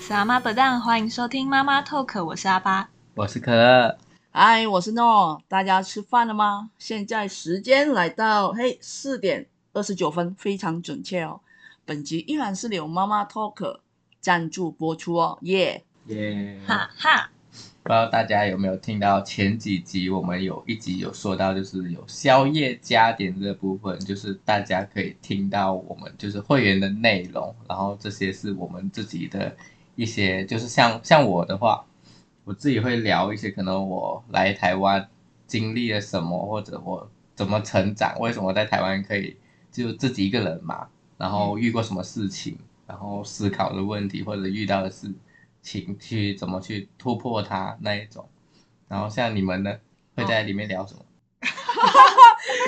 是阿妈不蛋，欢迎收听妈妈 talk，我是阿巴。我是可乐，嗨，我是诺，大家吃饭了吗？现在时间来到嘿四点二十九分，非常准确哦。本集依然是由妈妈 Talk 赞助播出哦，耶、耶、哈哈，不知道大家有没有听到前几集，我们有一集有说到，就是有宵夜加点这部分，就是大家可以听到我们就是会员的内容，然后这些是我们自己的一些，就是像像我的话，我自己会聊一些可能我来台湾经历了什么，或者我怎么成长，为什么在台湾可以就自己一个人嘛，然后遇过什么事情，然后思考的问题或者遇到的事情去怎么去突破它那一种。然后像你们呢，会在里面聊什么？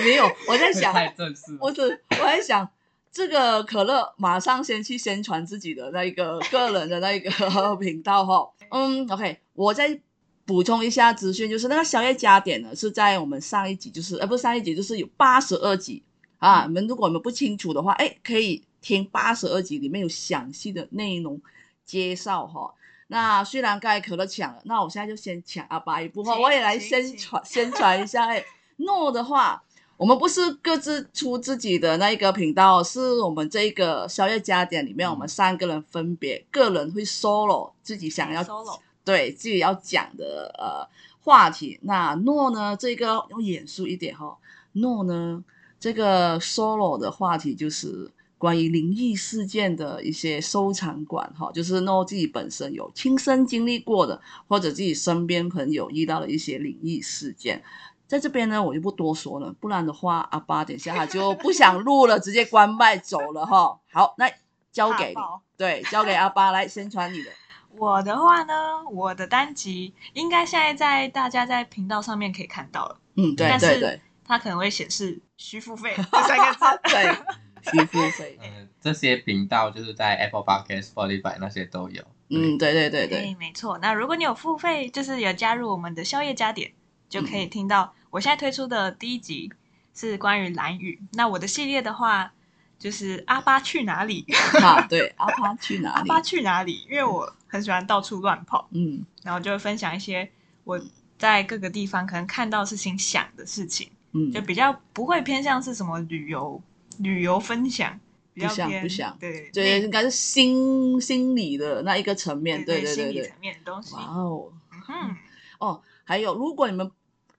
没有，我在会想，太正嗯式了，不是，我在想，这个可乐马上先去宣传自己的那一个个人的那一个 频道哈、嗯，OK，我再补充一下资讯，就是那个宵夜加点呢，是在我们上一集，就是呃不是上一集，就是有八十二集啊。你们如果你们不清楚的话，哎，可以听八十二集，里面有详细的内容介绍哈、那虽然刚才可乐抢了，那我现在就先抢阿巴一步哈，请我也来请宣请传宣传一下。哎，no 的话，我们不是各自出自己的那一个频道，是我们这一个宵夜加点里面，嗯我们三个人分别个人会 solo 自己想要 solo 对自己要讲的呃话题。那诺呢，这个要严肃一点哈、哦。诺呢，这个 solo 的话题就是关于灵异事件的一些收藏馆哈、就是诺自己本身有亲身经历过的，或者自己身边朋友遇到的一些灵异事件。在这边呢，我就不多说了，不然的话，阿巴等一下他就不想录了，直接关麦走了哈。好，那交给你大爆，对，交给阿巴来宣传你的。我的话呢，我的单集应该现在在大家在频道上面可以看到了，嗯，对但对是对，它可能会显示需付费这三个字。对，徐付费，嗯，这些频道就是在 Apple Podcast、Spotify 那些都有。嗯，对 对对对，对，没错。那如果你有付费，就是有加入我们的宵夜加点，就可嗯以听到我现在推出的第一集是关于蓝雨。那我的系列的话，就是阿巴去哪里？好，对，哎 阿巴去哪阿里？巴去哪里？因为我很喜欢到处乱跑，嗯然后就会分享一些我在各个地方可能看到事情、想的事情，嗯就，比较不会偏向是什么旅游旅游分享，比较不像偏不像对对，另应该是心心理的那一个层面，对对心对理对层，面的东西。哇哦，嗯哼，哦，还有，如果你们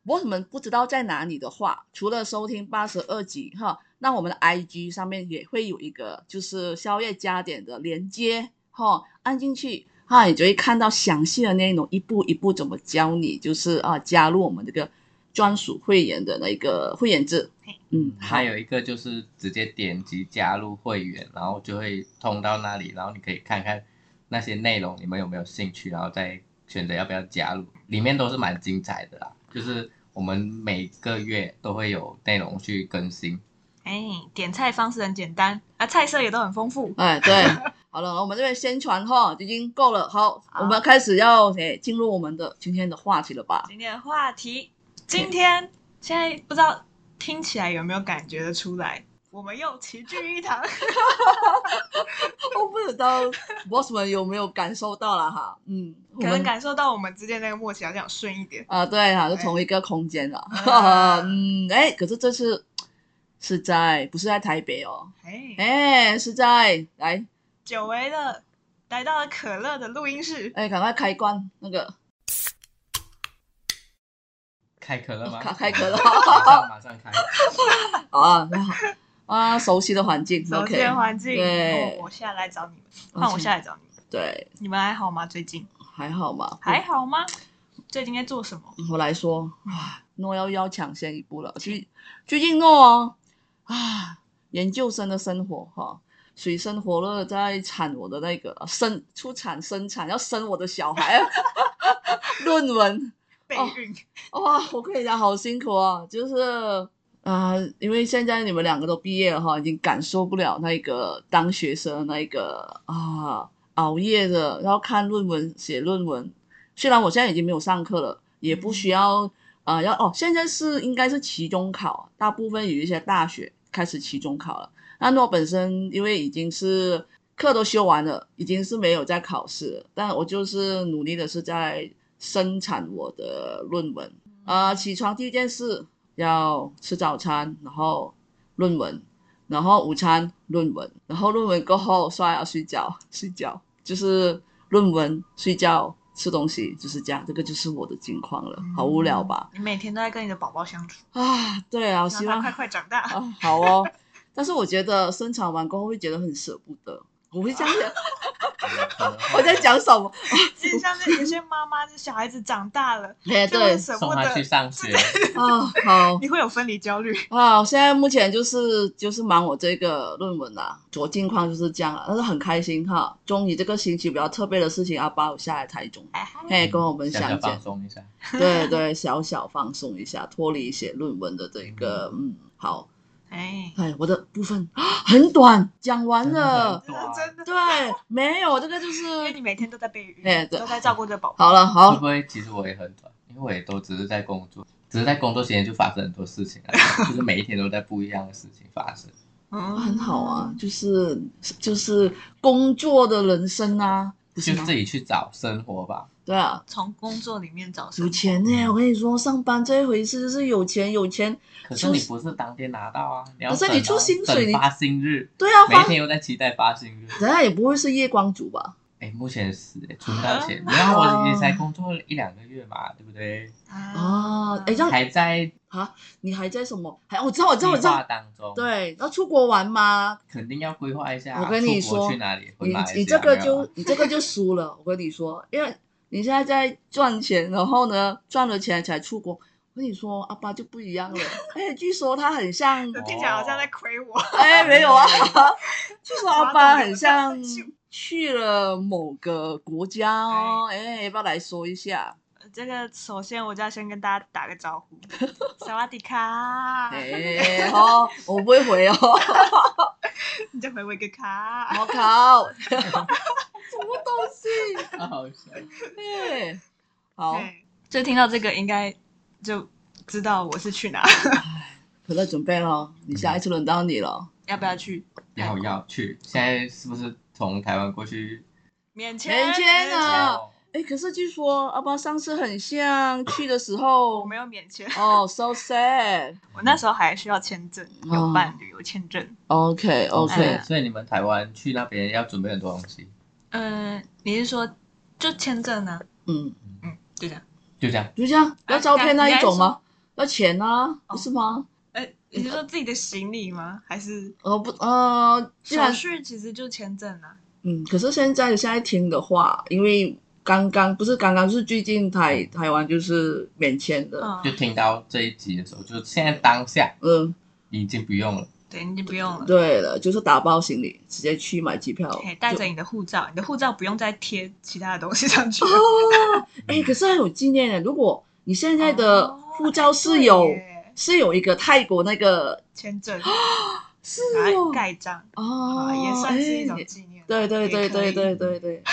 如果你们不知道在哪里的话，除了收听八十二集哈，那我们的 IG 上面也会有一个就是宵夜加点的连接哈，按进去哈，你就会看到详细的内容，一步一步怎么教你，就是啊加入我们这个专属会员的那一个会员制嘿。嗯，好还，有一个就是直接点击加入会员，然后就会通到那里，然后你可以看看那些内容你们有没有兴趣，然后再选择要不要加入。里面都是蛮精彩的啦，就是我们每个月都会有内容去更新。哎，点菜方式很简单啊，菜色也都很丰富。哎，对，好了，我们这边宣传哈已经够了，好，好我们开始要哎进入我们的今天的话题了吧？今天的话题，今天现在不知道听起来有没有感觉得出来，我们又齐聚一堂。 我不知道 boss 们有没有感受到了哈，嗯， 我可能们感受到我们之间那个默契好像有顺一点。啊、对哈，就同一个空间了，啊 嗯，哎，可是这次是在不是在台北哦，哎、哎，是在来，久违的来到了可乐的录音室，哎，赶快开关那个开可乐吗？哦开 开可乐马上马上开。 啊啊，熟悉的环境熟悉，OK，的环境。哦对哦我下来找你们，换我下来找你们。对，你们还好吗？最近还好嘛，还好吗？最近在做什么？我来说，啊，诺要要抢先一步了。最最近诺哦，啊，研究生的生活哈、水深火热在产我的那个呃生出产生产要生我的小孩，啊 论文备哦孕、哇，我跟你讲好辛苦啊，就是啊、呃因为现在你们两个都毕业了哈，已经感受不了那个当学生的那个啊熬夜的，然后看论文写论文。虽然我现在已经没有上课了，也不需要啊、呃要哦，现在是应该是期中考，大部分有一些大学开始期中考了。那诺本身因为已经是课都修完了，已经是没有在考试了，但我就是努力的是在生产我的论文。啊、起床第一件事要吃早餐，然后论文，然后午餐论文，然后论文过后刷牙睡觉，睡觉就是论文睡觉吃东西，就是这样，这个就是我的境况了，好无聊吧？你嗯每天都在跟你的宝宝相处，啊，对啊，让我嗯希他望快快长大。啊，好哦。但是我觉得生产完过后会觉得很舍不得，我会这 样想，嗯我在讲什么？ 其实像是有些妈妈，就小孩子长大了，哎，就会对舍不送他得去，上 学，啊，好你会有分离焦虑。啊，我现在目前就是就是忙我这个论文啦，我近况就是这样了，但是很开心哈，终于这个星期比较特别的事情，阿爸我下来台中，哎嗨嘿，跟我们小相小见放，松一下。对对，小小放松一下，脱离写论文的这个，嗯，好，哎，哎，我的部分很短，讲完了，真的真的，对，没有这个就是因为你每天都在备孕，哎对都在照顾着宝宝。好了，好 会，不会其实我也很短，因为我也都只是在工作，只是在工作期间就发生很多事情 啊，就是每一天都在不一样的事情发生。嗯很好啊，，就是就是工作的人生啊，不就是吗自？己去找生活吧。对啊，从工作里面找有生活钱呢、嗯我跟你说，上班这一回事就是有钱有钱。可是你不是当天拿到啊，你要可是等你到出薪水等你发薪日，对啊，每一发天又在期待发薪日。人家也不会是夜光族吧？哎，目前是哎存不到啊钱，你看我也才工作一两个月嘛，对不对？啊哦，哎，这样啊还在你还在什么？还哦我知道，我知计道，我知划道。当中，，对，要出国玩吗？肯定要规划一下。我跟你出国说去哪里？回你马来西亚你这个没有就啊你这个就输了，我跟你说，因为你现在在赚钱，然后呢赚了钱才出国。我跟你说，阿爸就不一样了。哎，据说他很像这听起来好像在亏我。哎，没有啊， 据说阿巴很我像懂你的感受去了某个国家哦，哎，要不要来说一下？这个首先我就要先跟大家打个招 呼，萨瓦迪卡，哎，哦，我不会回哦，你再回我一个卡。我靠， 什么东西？啊 好笑哎，好，对，就听到这个应该就知道我是 去哪，可乐准备咯，你下一次轮到你了。要不要去？要要去，现在是不是从台湾过去？免签，免签啊哦哎，可是据说阿巴上次很像去的时我候，没有免签，哦，so sad。我那时候还需要签证，有办旅游签证。 OK 所以 OK，哎所以你们台湾去那边要准备很多东西，嗯，你是说就签证呢？嗯，嗯，就这样。就这样。就这样，要哎照片那一种吗？要钱啊，哦不是吗？呃，你是说自己的行李吗？还是呃不呃，既手然续其实就签证啊？嗯，可是现在现在听的话，因为刚刚不是刚刚是最近台台湾就是免签的，嗯就，听到这一集的时候，就现在当下嗯、已经不用了，对，你就不用了。对了，就是打包行李直接去买机票可以，带着你的护照，你的护照不用再贴其他的东西上去就了。哦，哎，可是还有纪念呢。如果你现在的哦护照是有、对耶是有一个泰国那个签证，是然后哦盖章，哦啊，也算是一种哎纪念。对对对也可对以对对对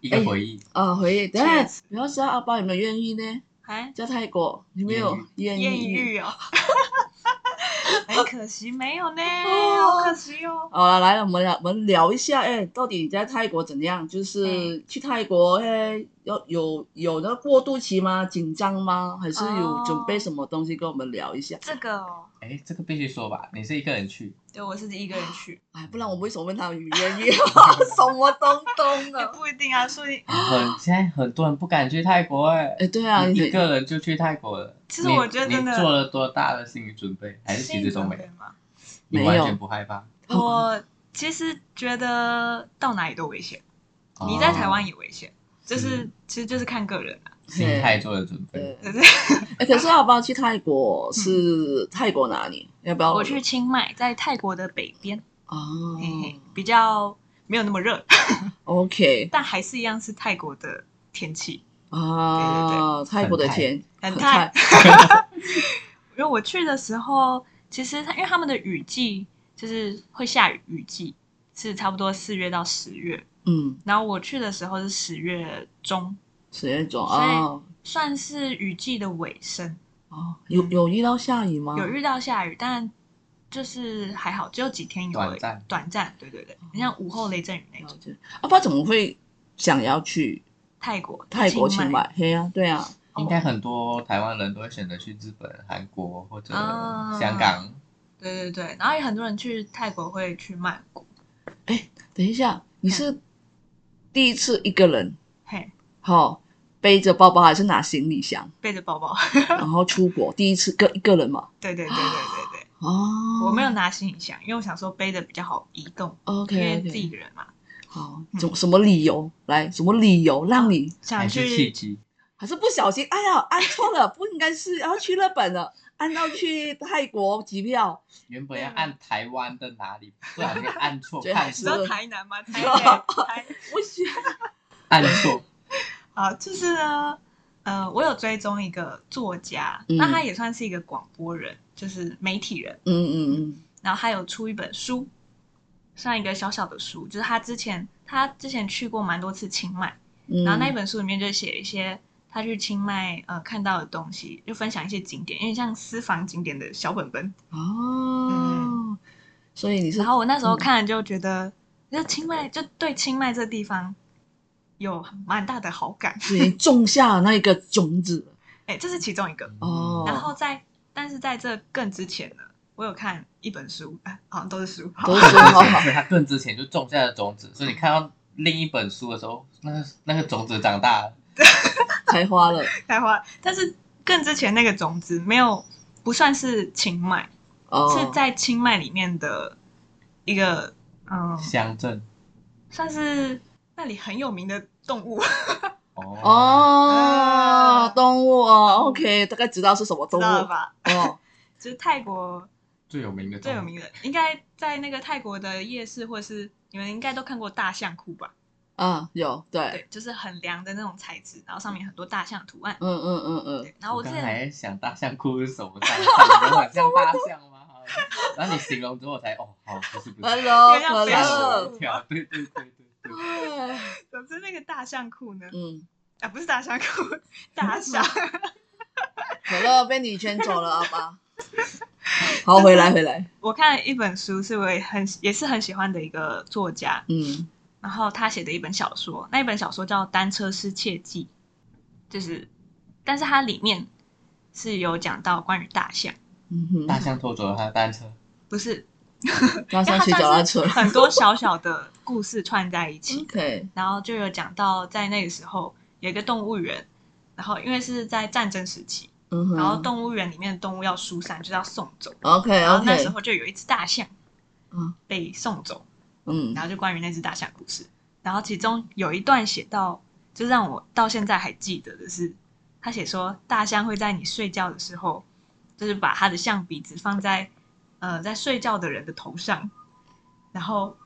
一个回忆。啊！回忆，等下 Cheers 你要知道阿爸有没有愿意呢？哎，在泰国有没有艳艳遇？遇哦， 很可惜没有呢，哦好可惜哦。好了，来了，我们聊，我们聊一下，哎，到底你在泰国怎样？就是去泰国，哎，要有有那个过渡期吗？紧张吗？还是有哦准备什么东西跟我们聊一下？这个哦，哎，这个必须说吧，你是一个 人去，对我是一个人 去，哎，不然我为什么问他有愿意？什么东东也啊？不一定啊，说不定。很现在很多人不敢去泰国哎，哎，对啊，你你一个人就去泰国了。其实你我觉得真的你做了多大的心理准备，还是其实都没心理准备有，吗你没完有全不害怕。我其实觉得到哪里都危险，你在台湾哦也危险，就是其实就是看个人啊，心态做了准备对对，不对？哎，可是要不要去泰国？是泰国哪里？要哦不要？我去清迈，在泰国的北边，哦嘿嘿，比较没有那么热， ，OK 但还是一样是泰国的天气。啊，泰国的很泰天很泰泰，因为我去的时候，其实它因为他们的雨季就是会下雨，雨季是差不多四月到十月，嗯，然后我去的时候是十月中，十月中所以啊。算是雨季的尾声，哦，有有遇到下雨吗？有遇到下雨，但就是还好，只有几天有短而已暂短暂，对对对，很像午后雷阵雨那了种。解。阿爸怎么会想要去泰国，泰国清清迈？嘿呀、对啊呀、哦应该很多台湾人都会选择去日本、韩国或者啊香港。对对对，然后也很多人去泰国会去曼谷，等一下，你嗯是第一次一个人，嘿，好、背着包包还是拿行 李箱，背着包包，然后出国，第一次跟一个人嘛？对对对对对对，哦，我没有拿行李箱，因为我想说背着比较好移动，因为 OK，, 自己一 o 个人嘛，好，嗯怎什么理由来？什么理由让你想还是契去机，还是不小心？哎呀，按错了，不应该是要去日本了，按到去泰国机票，原本对要啊按台湾的哪里，不小心按 错，最好按你是知道错，台 南吗？台北，台我去，按错。好，就是呢，呃，我有追踪一个作家，嗯那他也算是一个广播人，就是媒体人，嗯嗯嗯，然后他有出一本书，算一个小小的书，就是他之前他之前去过蛮多次清迈，嗯然后那一本书里面就写一些他去清迈呃看到的东西，就分享一些景点，有点像私房景点的小本本。哦，嗯所以你是然后我那时候嗯看了就觉得，就清迈就对清迈这地方有蛮大的好感，所以你种下那个种子了，哎，这是其中一个。哦然后在，但是在这更之前呢，我有看一本书，啊，好像都是书，都 好是更之说好前好是他更之前就种下了种子，所以你看到另一本书的时候，那个那个种子长大了，开花 了，开花。但是更之前那个种子没有，不算是清迈，哦，是在清迈里面的一个，嗯，乡镇算是那里很有名的动物，哦哦啊，动物哦，OK，大概知道是什 么知动物道了吧？哦，就是泰国最有名的最有动物名的，应该在那个泰国的夜市，或是你们应该都看过大象裤吧？啊，有对，对，就是很凉的那种材质，然后上面很多大象图案。嗯嗯嗯嗯，对，然后我之刚前才在想大象哭是什么大象，你很像大象吗？然后你形容之后我才哦，好，不是不可是，乐嗯要可吓吓死我乐一，跳，对对对对对，哎总之，那个大象裤呢？嗯，啊，不是大象裤，大象。可乐被你圈走了，好吧，好，回来回来， 我看了一本书，是我也很也是很喜欢的一个作家，嗯，然后他写的一本小说，那一本小说叫《单车失窃记》，就是，但是它里面是有讲到关于大象，嗯哼，大象偷走了他的单车，不是，因大为象它骑脚踏算车嗯是很多小小的故事串在一起， ，OK，然后就有讲到在那个时候有一个动物园，然后因为是在战争时期，嗯哼，然后动物园里面的动物要疏散，就是要送走。 ，OK 然后那时 OK，候就有一只大象，嗯被送走，嗯然后就关于那只大象故事。然后其中有一段写到，就让我到现在还记得的是，他写说大象会在你睡觉的时候，就是把它的象鼻子放在呃在睡觉的人的头上，然后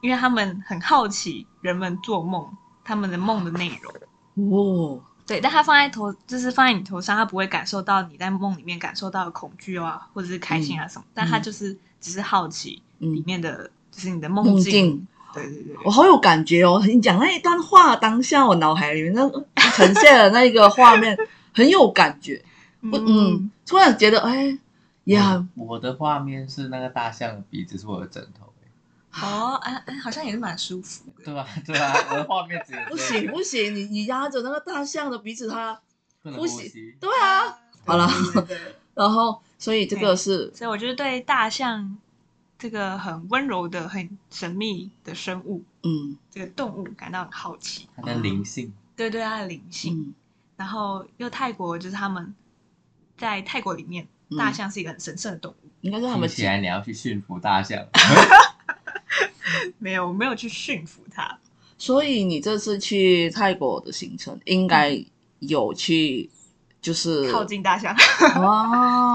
因为他们很好奇人们做梦他们的梦的内容，哇，对，但它放在头，就是放在你头上，它不会感受到你在梦里面感受到的恐惧啊，或者是开心啊什么，但它就是只是好奇里嗯，面的，就是你的梦梦境。境。对对对，我好有感觉哦！你讲那一段话，当下我脑海里面那个呈现的那个画面很有感 觉，我嗯，突然觉得哎呀，我我的画面是那个大象的鼻子是我的枕头，欸哦，哎、哎，好像也是蛮舒服的。对吧？ 对吧？我的画面只有这个不行不行，你你压着那个大象的鼻子它，不能不呼行吸，对啊，好了对对对然后所以这个对是所以我觉得对大象这个很温柔的、很神秘的生物，嗯这个动物感到很好奇，它的灵性，对对它的灵性。嗯然后又泰国就是他们在泰国里面，嗯大象是一个很神圣的动物。应该是他听们起来你要去驯服大象，没有，我没有去驯服它。所以你这次去泰国的行程应该有去就是靠近大象，哇，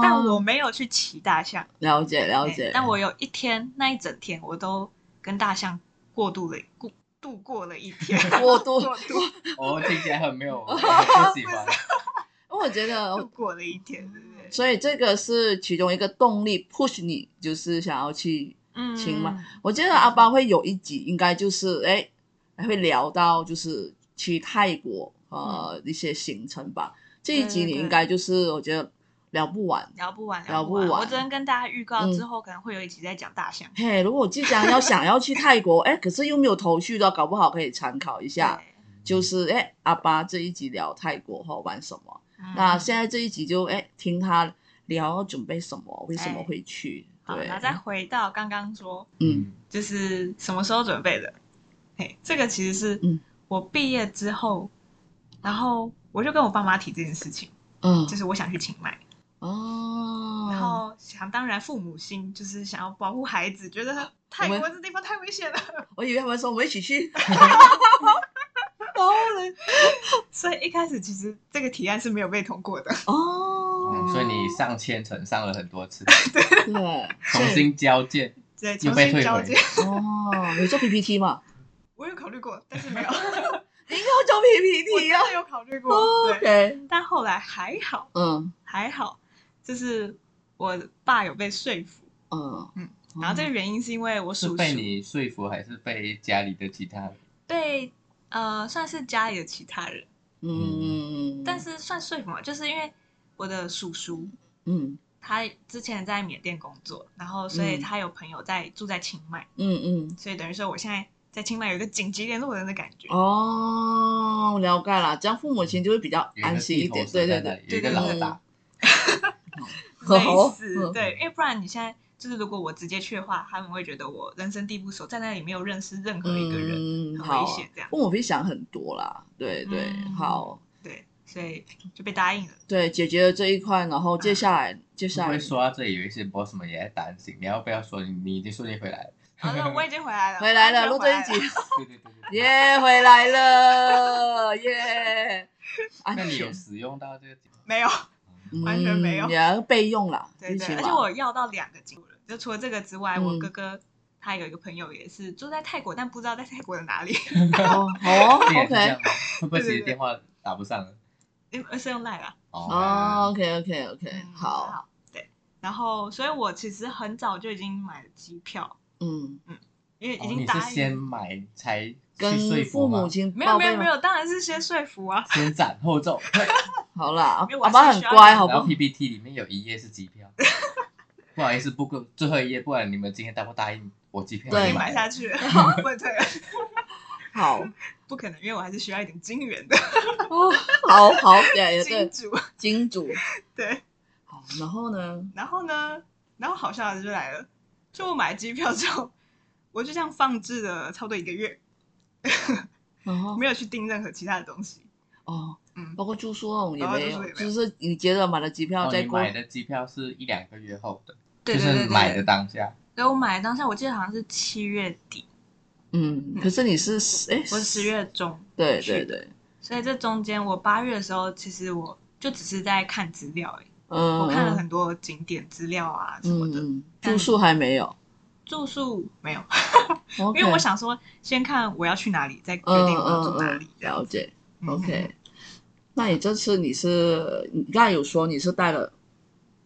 但我没有去骑大象。了解了哎解，但我有一天那一整天，我都跟大象过渡了过度过了一天。过 度过度哦，听起来很没 有，我不喜欢。我觉得度过了一天，对不对？哦所以这个是其中一个动力，push 你就是想要去。嗯行吧我觉得阿巴会有一集应该就是哎，还会聊到就是去泰国呃、一些行程吧。这一对集对你嗯对应该就是我觉得聊不完。聊不完，聊聊不不完完。我只能跟大家预告，嗯之后可能会有一集在讲大 象。嘿，如果即将要想要去泰国，哎，可是又没有头绪的，搞不好可以参考一下，对，就是哎，阿巴这一集聊泰国后玩什么，嗯那现在这一集就哎听他聊准备什么，为什么哎会去，好，对，那再回到刚刚说，嗯就是什么时候准备的？嘿，这个其实嗯是我毕业之后，然后我就跟我爸妈提这件事情，嗯就是我想去清迈，哦，然后想当然父母心就是想要保护孩子，觉得泰我国们这地方太危险了， 我以为他们说我们一起去，哦然后呢，所以一开始其实这个提案是没有被通过的，哦哦，所以你上千层上了很多次，对，重新交界，对，又重被新退交回接，。哦，有做 PPT 嘛？我有考虑过，但是没 有， 我你应该要做真 PPT 啊的有考虑过，对， ，OK，哦但后来还好嗯还好，就是我爸有被说服。嗯嗯，然后这个原因是因为我叔是叔被你说服还是被家里的其他人？被呃算是家里的其他人，嗯，但是算说服嘛，就是因为我的叔叔嗯他之前在缅甸工作，然后所以嗯他有朋友在住在清迈，嗯嗯，所以等于说我现在在清迈有一个紧急联络人的感觉。哦，了解了，这样父母亲就会比较有一安个心一地头点，蛇对对在那对里，，有一个对对老对大，类好嗯似，对，因为不然你现在就是如果我直接去的话，他们会觉得我人生地不熟，在那里没有认识任何一个人，嗯，很好危险这样，父母会想很多啦，对对，嗯好，对，所以就被答应了。对，解决了这一块，然后接下来接会下啊不来会，说到这里，有一些 boss 们也在担心，你要不要说你你已经顺利回来了？好了，我已经回来了，回来了，我录已经这回一来 集了。，对对对对。对耶，回来了，耶，安那你有全。使用到这个技没 有。能吗？完全没有嗯、也要备用啦，对一对，起而玩且我要到两个经纪人，就除了这个之外，我嗯哥哥他有一个朋友也是住在泰国，但不知道在泰国的哪里，哦 好哦这也是这，OK，样吗？会不对对会其实对电话打不上了？因为是用赖啦。哦哦， ，OK OK OK，嗯好，，对。然后，所以我其实很早就已经买了机票，嗯，因为已哦经你是答先应。买才去说跟服父吗母亲没有报没备有吗没，有，当然是先说服啊。先斩后 奏，好啦没有，我阿爸是很需要乖，你好不然好后？PPT 里面有一页是机 票，不好意思，不过最后一页，不然你们今天答不答应我机票？已对你经买 买了下 去了，不退啊了，好，不可能，因为我还是需要一点金元的哦，好好，对金对，主。 金主，对，好，然后呢，然后呢，然后好笑的就来了，就我买机票之后，我就这样放置了差不多一个月，然后没有去订任何其他的东西。哦，嗯，包括住宿那种也包括没住宿也有，没就有是你觉得买了机票哦，再你过，买的机票是一两个月后的，对对就对是对，买的当下，所以我买的当下，我记得好像是七月底嗯，可是你是哎，或是十，月中，对对去对，所以这中间我八月的时候，其实我就只是在看资料、欸，嗯，我看了很多景点资料啊什么嗯的，嗯，住宿还没有，住宿没有，因因为我想说先看我要去哪里，再决嗯定我要住哪里这样了子。解。嗯 OK，那你这次你是你刚才有说你是带了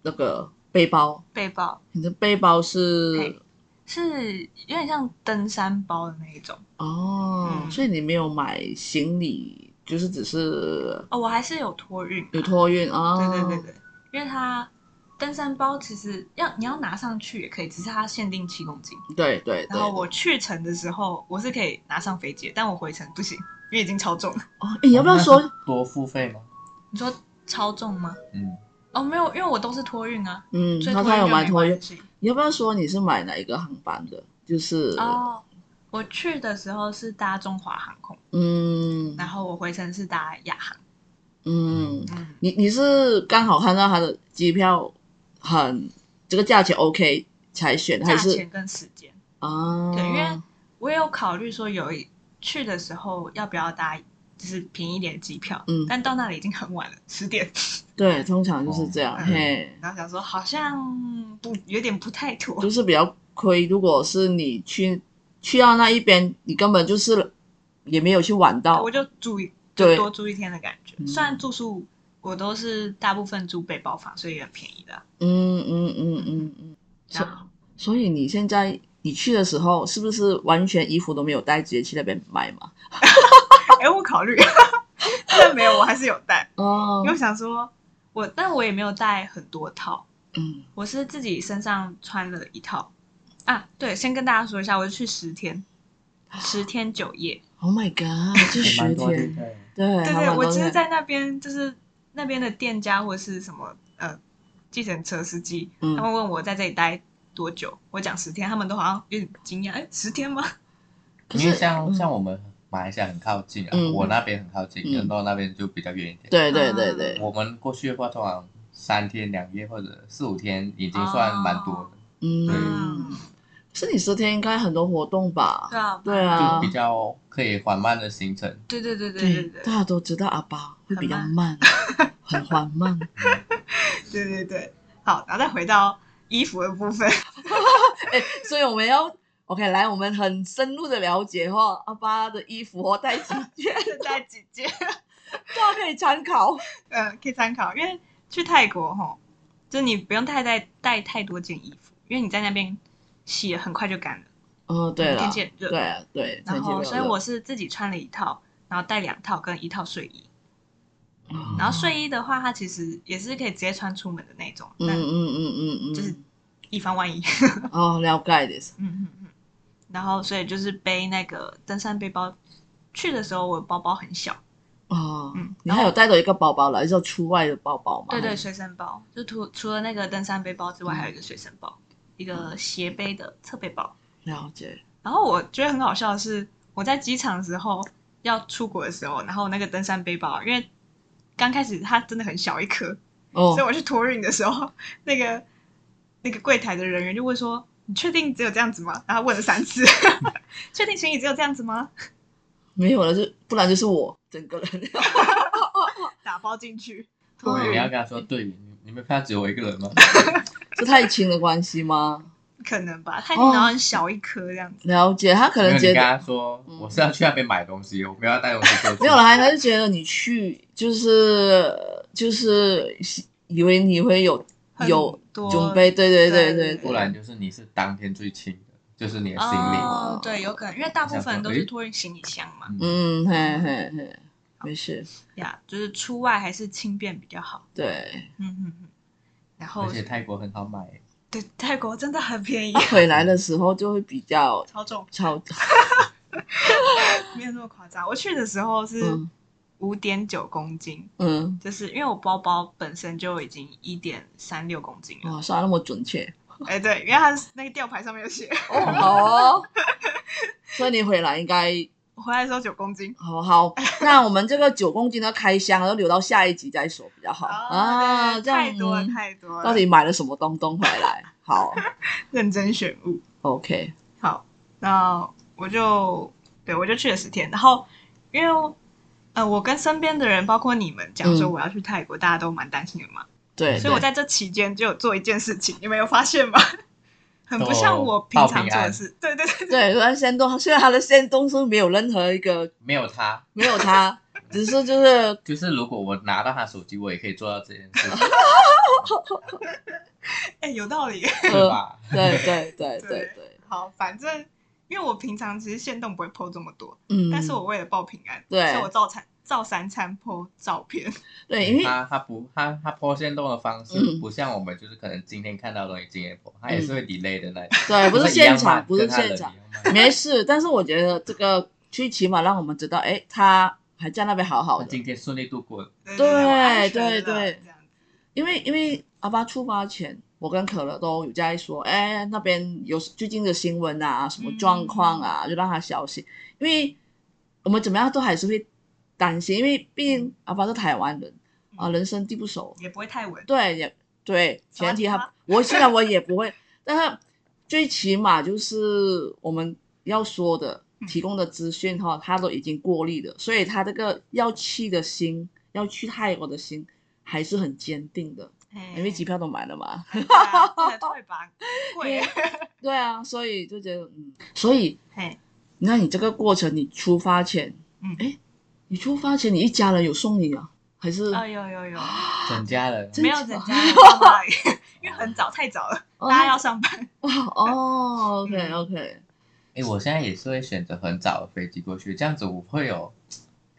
那个背包，背包你的背包是嘿是有点像登山包的那一种哦，嗯所以你没有买行李，就是只是哦，我还是有托运啊、有托运啊。对对对对，因为它登山包其实要你要拿上去也可以，只是它限定七公斤。对对对然后我去程的时候，我是可以拿上飞机的，但我回程不行，因为已经超重了。哦，诶你要不要那说是多付费吗？你说超重吗？嗯， 哦，没有，因为我都是托运啊，嗯？所以他托他有运就买没托运关，系。你要不要说你是买哪一个航班的？就是哦，我去的时候是搭中华航空，嗯然后我回程是搭亚航。嗯，嗯，你你是刚好看到他的机票很这个价钱 OK 才选，还价是钱跟时间，啊？对因为我也有考虑说有一去的时候要不要搭，就是便宜一点的机票。嗯但到那里已经很晚了，十点。对，通常就是这样，哦嘿，然后想说好像不有点不太妥。就是比较亏。如果是你去去到那一边，你根本就是也没有去玩到我，就住一对就多住一天的感觉嗯。虽然住宿我都是大部分住背包房，所以也很便宜的啊。嗯嗯嗯嗯嗯。所然后所以你现在你去的时候，是不是完全衣服都没有带，直接去那边买嘛？ 哎，我考虑，但没有，我还是有带，哦因为，我想说我但我也没有带很多套，嗯，我是自己身上穿了一套啊。对，先跟大家说一下，我是去十天，十天九夜。 Oh my god，就也十蛮多的天，对，对对还对，蛮我多其实，天在那边就是那边的店家或是什么呃，计程车司机，嗯他们问我在这里待多久，我讲十天，他们都好像有点惊讶，哎，十天吗？可因为是像、嗯像我们马来西亚很靠近啊，嗯我那边很靠近，嗯印度那边就比较远一点。对对对对，我们过去的话，通常三天两夜或者四五天，已哦经算蛮多的，嗯，是你十天应该很多活动吧？对啊， 对啊就比较可以缓慢的行 程。嗯对对对对对对，对大家都知道阿巴会比较很慢， 很缓慢。对对对。好，然后再回到衣服的部分， 哎，所以我们要 OK 来，我们很深入的了解哈，阿巴的衣服哦，带几 件，带几件，大家可以参考。呃，可以参考，因为去泰国吼，就是你不用太带带太多件衣服，因为你在那边洗了很快就干了。嗯，对了，天气很热对对，然天气后，热所以我是自己穿了一套，然后带两套跟一套睡衣。嗯然后睡衣的话，它其实也是可以直接穿出门的那种，嗯但嗯嗯嗯嗯，就是以防万一。哦，了解的，嗯嗯嗯。然后，所以就是背那个登山背包。去的时候，我包包很小，哦，嗯，你然后还有带着一个包包来，就出外的包包嘛？对对，随身包，就除除了那个登山背包之外，还有一个随身包，一个斜背的侧背包。了解。然后我觉得很好笑的是，我在机场的时候要出国的时候，然后那个登山背包，因为刚开始它真的很小一颗，哦所以，我去托运的时候，那个那个柜台的人员就问说：“你确定只有这样子吗？”然后问了三 次，确定行李只有这样子吗？没有了，就不然就是我整个人。 打包进去，托对，你啊要运跟他说，对，你你们看到只有我一个人 吗？是太轻的关系吗？可能吧，他哦然后很小一颗这样子，了解，他可没有，能你觉跟得他说，嗯我是要去那边买东西，我不要带东西过去。 没有了，还他就觉得你去就是就是以为你会有很有多准备，对对对对不然就是你是当天最轻的，就是你的行李。哦，对，有可能，因为大部分人都是托运行李箱嘛，嗯，嗯，嘿嘿嘿，没事，呀，就是出外还是轻便比较好。对，嗯嗯嗯。然后而且泰国很好买，对泰国真的很便宜，回来的时候就会比较超重，超，没有那么夸张。我去的时候是嗯五点九公斤，嗯，就是因为我包包本身就已经一点三六公斤了，哇，算那么准确，哎、对，因为它是那个吊牌上面有写，哦好哦， 所以你回来应该我回来的时候九公斤。好哦好，那我们这个九公斤的开箱都留到下一集再说比较好啊，哦对这样太多了嗯太多了，到底买了什么东东回来？好认真选物。 ，OK，好，那我就对我就去了十天，然后因为呃，我跟身边的人，包括你们讲说嗯我要去泰国，大家都蛮担心的嘛，对，所以我对在这期间就有做一件事情，你们有发现吗？ 很不哦像我平常做的事，对对对，对，他仙东，虽然他的仙东是没有任何一个没有它，没有他，只是就是就是如果我拿到他手机，我也可以做到这件事， 哎、有道理。嗯对吧？对对 对对对对，好，反正因为我平常其实限动不会 PO 这么多，嗯，但是我为了报平安，对所以我照餐照三餐 PO 照片， 对，因为他他嗯不他他破线动的方式嗯不像我们，就是可能今天看到的东西今天破，他也是会 delay 的那种。对不是一样现场慢不是跟他现人场一样慢没事，但是我觉得这个最起码让我们知道，哎，他还在那边好好他的今，天顺利度过了，对对我安全对了对这样子因为因为阿巴出发前。我跟可乐都有在说，哎，那边有最近的新闻啊，什么状况啊，就让他消息。因为我们怎么样都还是会担心，因为毕竟阿巴是台湾人啊，人生地不熟，也不会太稳，对，也对，小前提花他我虽然我也不会，但是最起码就是我们要说的嗯提供的资讯哈，他都已经过滤了，所以他这个要去的心，要去泰国的心还是很坚定的，因为机几票都买了嘛。 不能退吧，贵耶。对啊，所以就觉得嗯，所以 嘿，那你这个过程，你出发前，嗯哎，你出发前你一家人有送你啊，还是哦，有有有，整家人啊真没有假人 家人放到那里，因为很早太早了，哦大家要上班。哦，OK OK，哎、我现在也是会选择很早的飞机过去，这样子我会有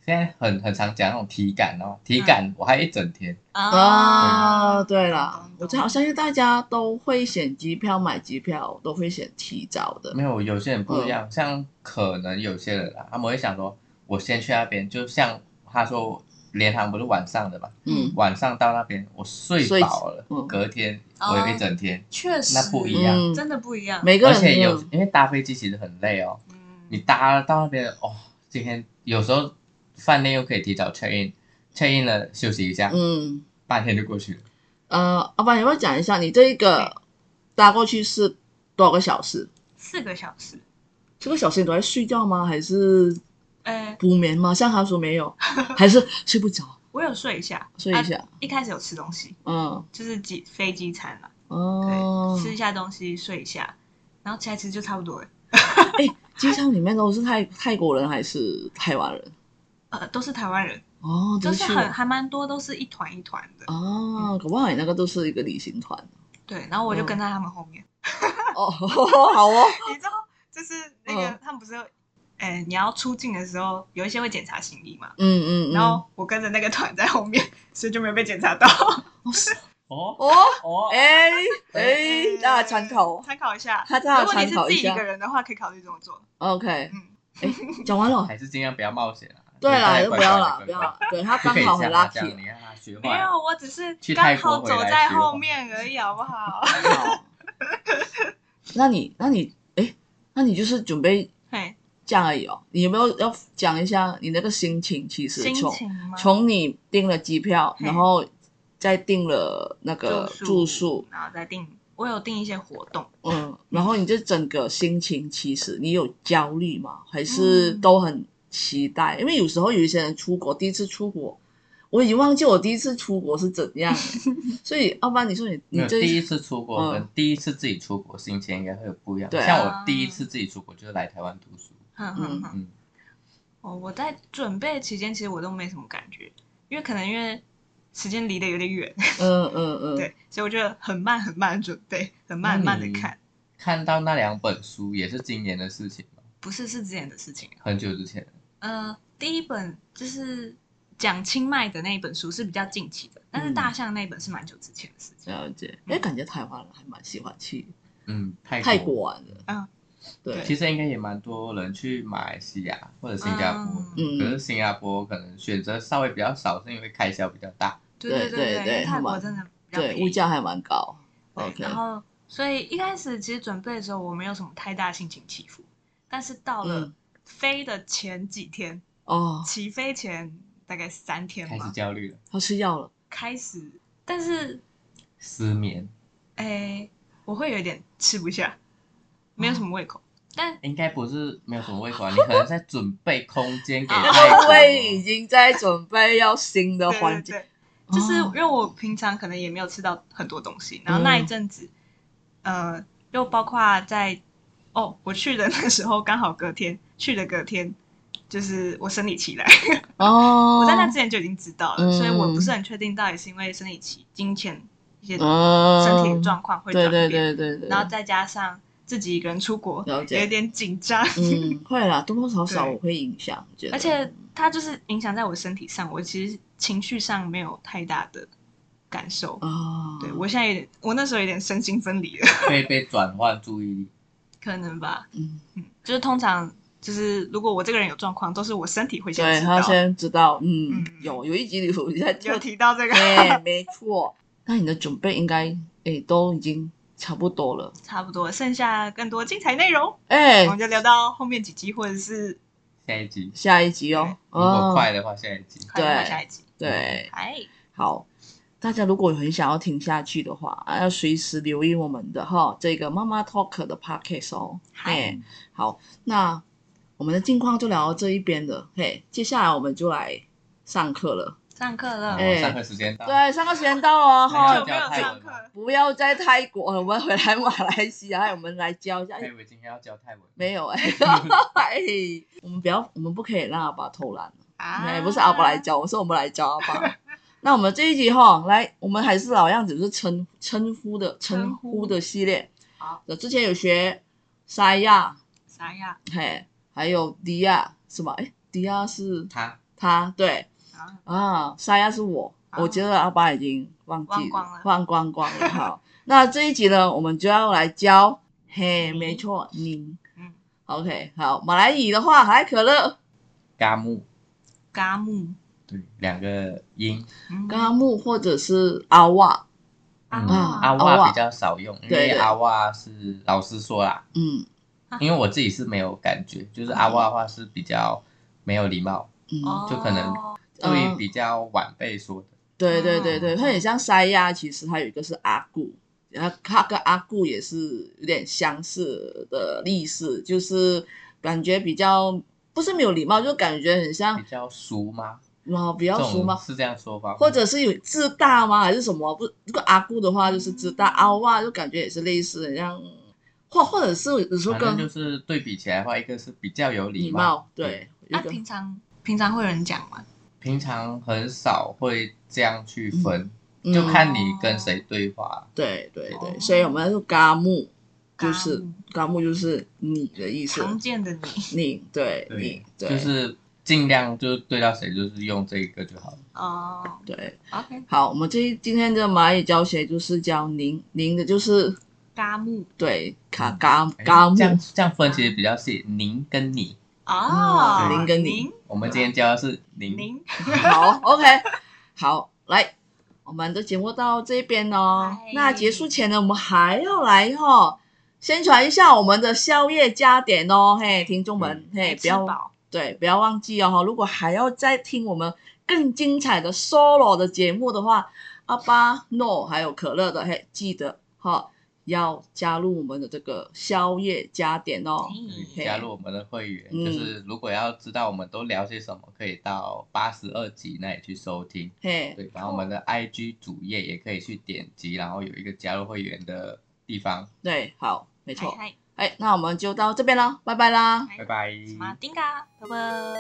现在很很常讲那种体感哦，体嗯感我还一整天，哦嗯哦啊，对了懂，我懂这好相信大家都会选机票买机票，都会选提早的。没有有些人不一嗯样，像可能有些人啊，他们会想说，我先去那边，就像他说联航不是晚上的嘛，嗯晚上到那边我睡睡饱了，嗯隔天我有一整天，确实那不一样嗯，真的不一样。每个而人且有的哦因为搭飞机其实很累哦，嗯你搭到那边哦，今天有时候饭店又可以提早 check in，check in 了休息一下，嗯半天就过去了。呃，老板，你要不要讲一下你这个搭过去是多少个小时？四个小时，这个小时你都在睡觉吗？还是呃，补眠吗？像他说没 有，还是睡不着？我有睡一下，睡一下啊一开始有吃东西，嗯就是机飞机餐嘛，哦对，，吃一下东西，睡一下，然后起来其实就差不多了。哎，机场里面都是泰泰国人还是台湾人？呃，都是台湾人，哦，就真是很还蛮多，都是一团一团的。哦，搞不好你那个都是一个旅行团 对，然后嗯我就跟在他们后 面。哦， 好哦，你知道，就是那个、嗯他们不是有，呃，你要出境的时候，有一些会检查行李嘛，嗯嗯，嗯然后我跟着那个团在后面， 所以就没有被检查到。哦哦。哦哎 嗯哎，大家参考。参考一下。他大家如果你参是考自一己下一个人的话，可以考虑这么做。 OK，嗯，讲完哎了。还是尽量不要冒险啊。对啦，了，就不要了，不要了。对他就刚 可以啊好很像他这 lucky，样，你看他学没坏了。有，我只是去哦刚泰好国走回来在学后吧面而已，好不好？ 好。 那你，那你，哎，那你就是准备嘿，这样而已哦。你有没有要讲一下你那个心情？其实心从情吗？从你订了机票，嘿然后再订了那个住宿，然后再定，我有定一些活动。嗯，然后你这整个心情，其实你有焦虑吗？还是嗯都很期待？因为有时候有一些人出国，第一次出国，我已经忘记我第一次出国是怎 样了。所以，要不然你说你没你有这第一次出国嗯跟第一次自己出国心情应该会有不一样。对啊像我第一次自己出国就是来台湾读书，哼哼嗯哼。嗯，哦，我在准备期间，其实我都没什么感觉，因为可能因为时间离得有点远，嗯嗯嗯，对，所以我就很慢很慢地准备，很慢很慢的看。看到那两本书也是今年的事情嘛，不是是之前的事情，很久之前。呃，第一本就是讲清迈的那一本书是比较近期的，但是嗯大象那一本是蛮久之前的事情。了解。哎，感觉台湾人还蛮喜欢去嗯，泰泰国啊玩的。嗯，对，其实应该也蛮多人去马来西亚或者新加坡，嗯可是新加坡可能选择稍微比较少，是因为开销比较大。对对对对因对为泰国蛮真的比较对，便物宜价还蛮高。对 OK，然后所以一开始其实准备的时候，我没有什么太大心情起伏，但是到了嗯飞的前几天，哦，起飞前大概三天开始吧，焦虑了，他吃药了。开始，但是失眠哎，我会有点吃不下，没有什么胃哦口，但应该不是没有什么胃口啊，你可能在准备空间 给啊泰国。胃已经在准备要新的对对环境，对，就是哦嗯因为我平常可能也没有吃到很多东西，然后那一阵子，呃，又包括在哦，我去的那时候刚好隔天去的隔天，就是我生理期来，哦，我在那之前就已经知道了，嗯所以我不是很确定到底是因为生理期、金钱一些嗯，身体的状况会转对变，对对对对，然后再加上自己一个人出国，了解有点紧张，嗯，会啦，多多少少对我会影响，我觉得而且它就是影响在我身体上，我其实情绪上没有太大的感受。啊，对我现在有点，我那时候有点身心分离了，会被转换注意力。可能吧。嗯，嗯，就是通常就是如果我这个人有状况，都是我身体会先对知他道。先知道，嗯嗯，有有一集里头在有特，提到这对，个， 没错。那你的准备应该诶都已经差不多了，差不多，剩下更多精彩内容，哎我，们就聊到后面几集，或者是下一集，下一集哦，如果哦，快的话，下一集。快点下一集。对，哎，好，大家如果很想要听下去的话，啊要随时留意我们的哈这个妈妈 talk 的 podcast 哦。嗨嘿，好，那我们的近况就聊到这一边了。嘿，接下来我们就来上课了。上课好了，哎哦上课时间到。对，上课时间到了哦好那久就哈。没有上课了。不要在泰国， 我们回来马来西亚，我们来教一下。我哎以为今天要教泰文。没有哎、 哎我们不要，我们不可以让阿爸偷懒。啊哎，不是阿爸来教，我说我们来教阿 爸。那我们这一集哈，来，我们还是老样子，就是称称呼的称称呼呼的系列。好，那之前有学沙亚，啥呀？嘿，还有迪亚是吧？哎，迪亚是他他对啊，啊，沙亚是我，啊我觉得阿爸已经忘记忘光了忘光光了。好， 那这一集呢，我们就要来教，嘿，您没错，您嗯， OK，好，马来语的话，还可乐，嘎木，嘎木，对，两个音。嗯嘎木或者是阿瓦，啊嗯啊阿阿哇哇比较少用，因对为对阿哇是老师说啦，嗯 因为我自己是没有感觉，就是阿哇的话是比较没有礼貌，嗯，哦就可能对于比较晚辈说的。对对哦对对，它很像沙亚，其实还有一个是阿固，然后它跟阿固也是有点相似的意思，就是感觉比较不是没有礼貌，就感觉很像比较熟吗？哦，啊比较这种熟吗？是这样说法吗，或者是有自大吗？还是什么？不，如果阿姑的话就是自大，阿哇就感觉也是类似，很像，或或者是有时候反正就跟是对比起来的话，一个是比较有礼礼貌，对，那有一个平常平常会有人讲吗？平常很少会这样去分，嗯就看你跟谁对话。对对哦对，所以我们就嘎木，就是嘎木嘎木就是你的意思，常见的你你对你对，对就是尽量就是对到谁就是用这个就好了。哦对。 ，OK，好，我们这一今天的蚂蚁教学就是教您，您的就是嘎木对卡嘎哎嘎木这，样这样分其实比较细，您跟你，哦，嗯对您跟您您我们今天教的是您。您， 好，OK，好，来，我们的节目到这边哦嗨。那结束前呢，我们还要来哦，宣传一下我们的宵夜加点哦，嘿，听众们，嗯嘿，不吃要饱对，不要忘记哦。如果还要再听我们更精彩的 solo 的节目的话，阿巴诺还有可乐的，嘿，记得哈、要加入我们的这个宵夜加点哦。嗯嘿加入我们的会员，嗯就是如果要知道我们都聊些什么，可以到八十二集那里去收听。嘿，对，然后我们的 IG 主页也可以去点击，然后有一个加入会员的地方。对，好，没错。嗨哎，那我们就到这边了，拜拜啦。嗨拜拜。什么丁嘎，拜拜。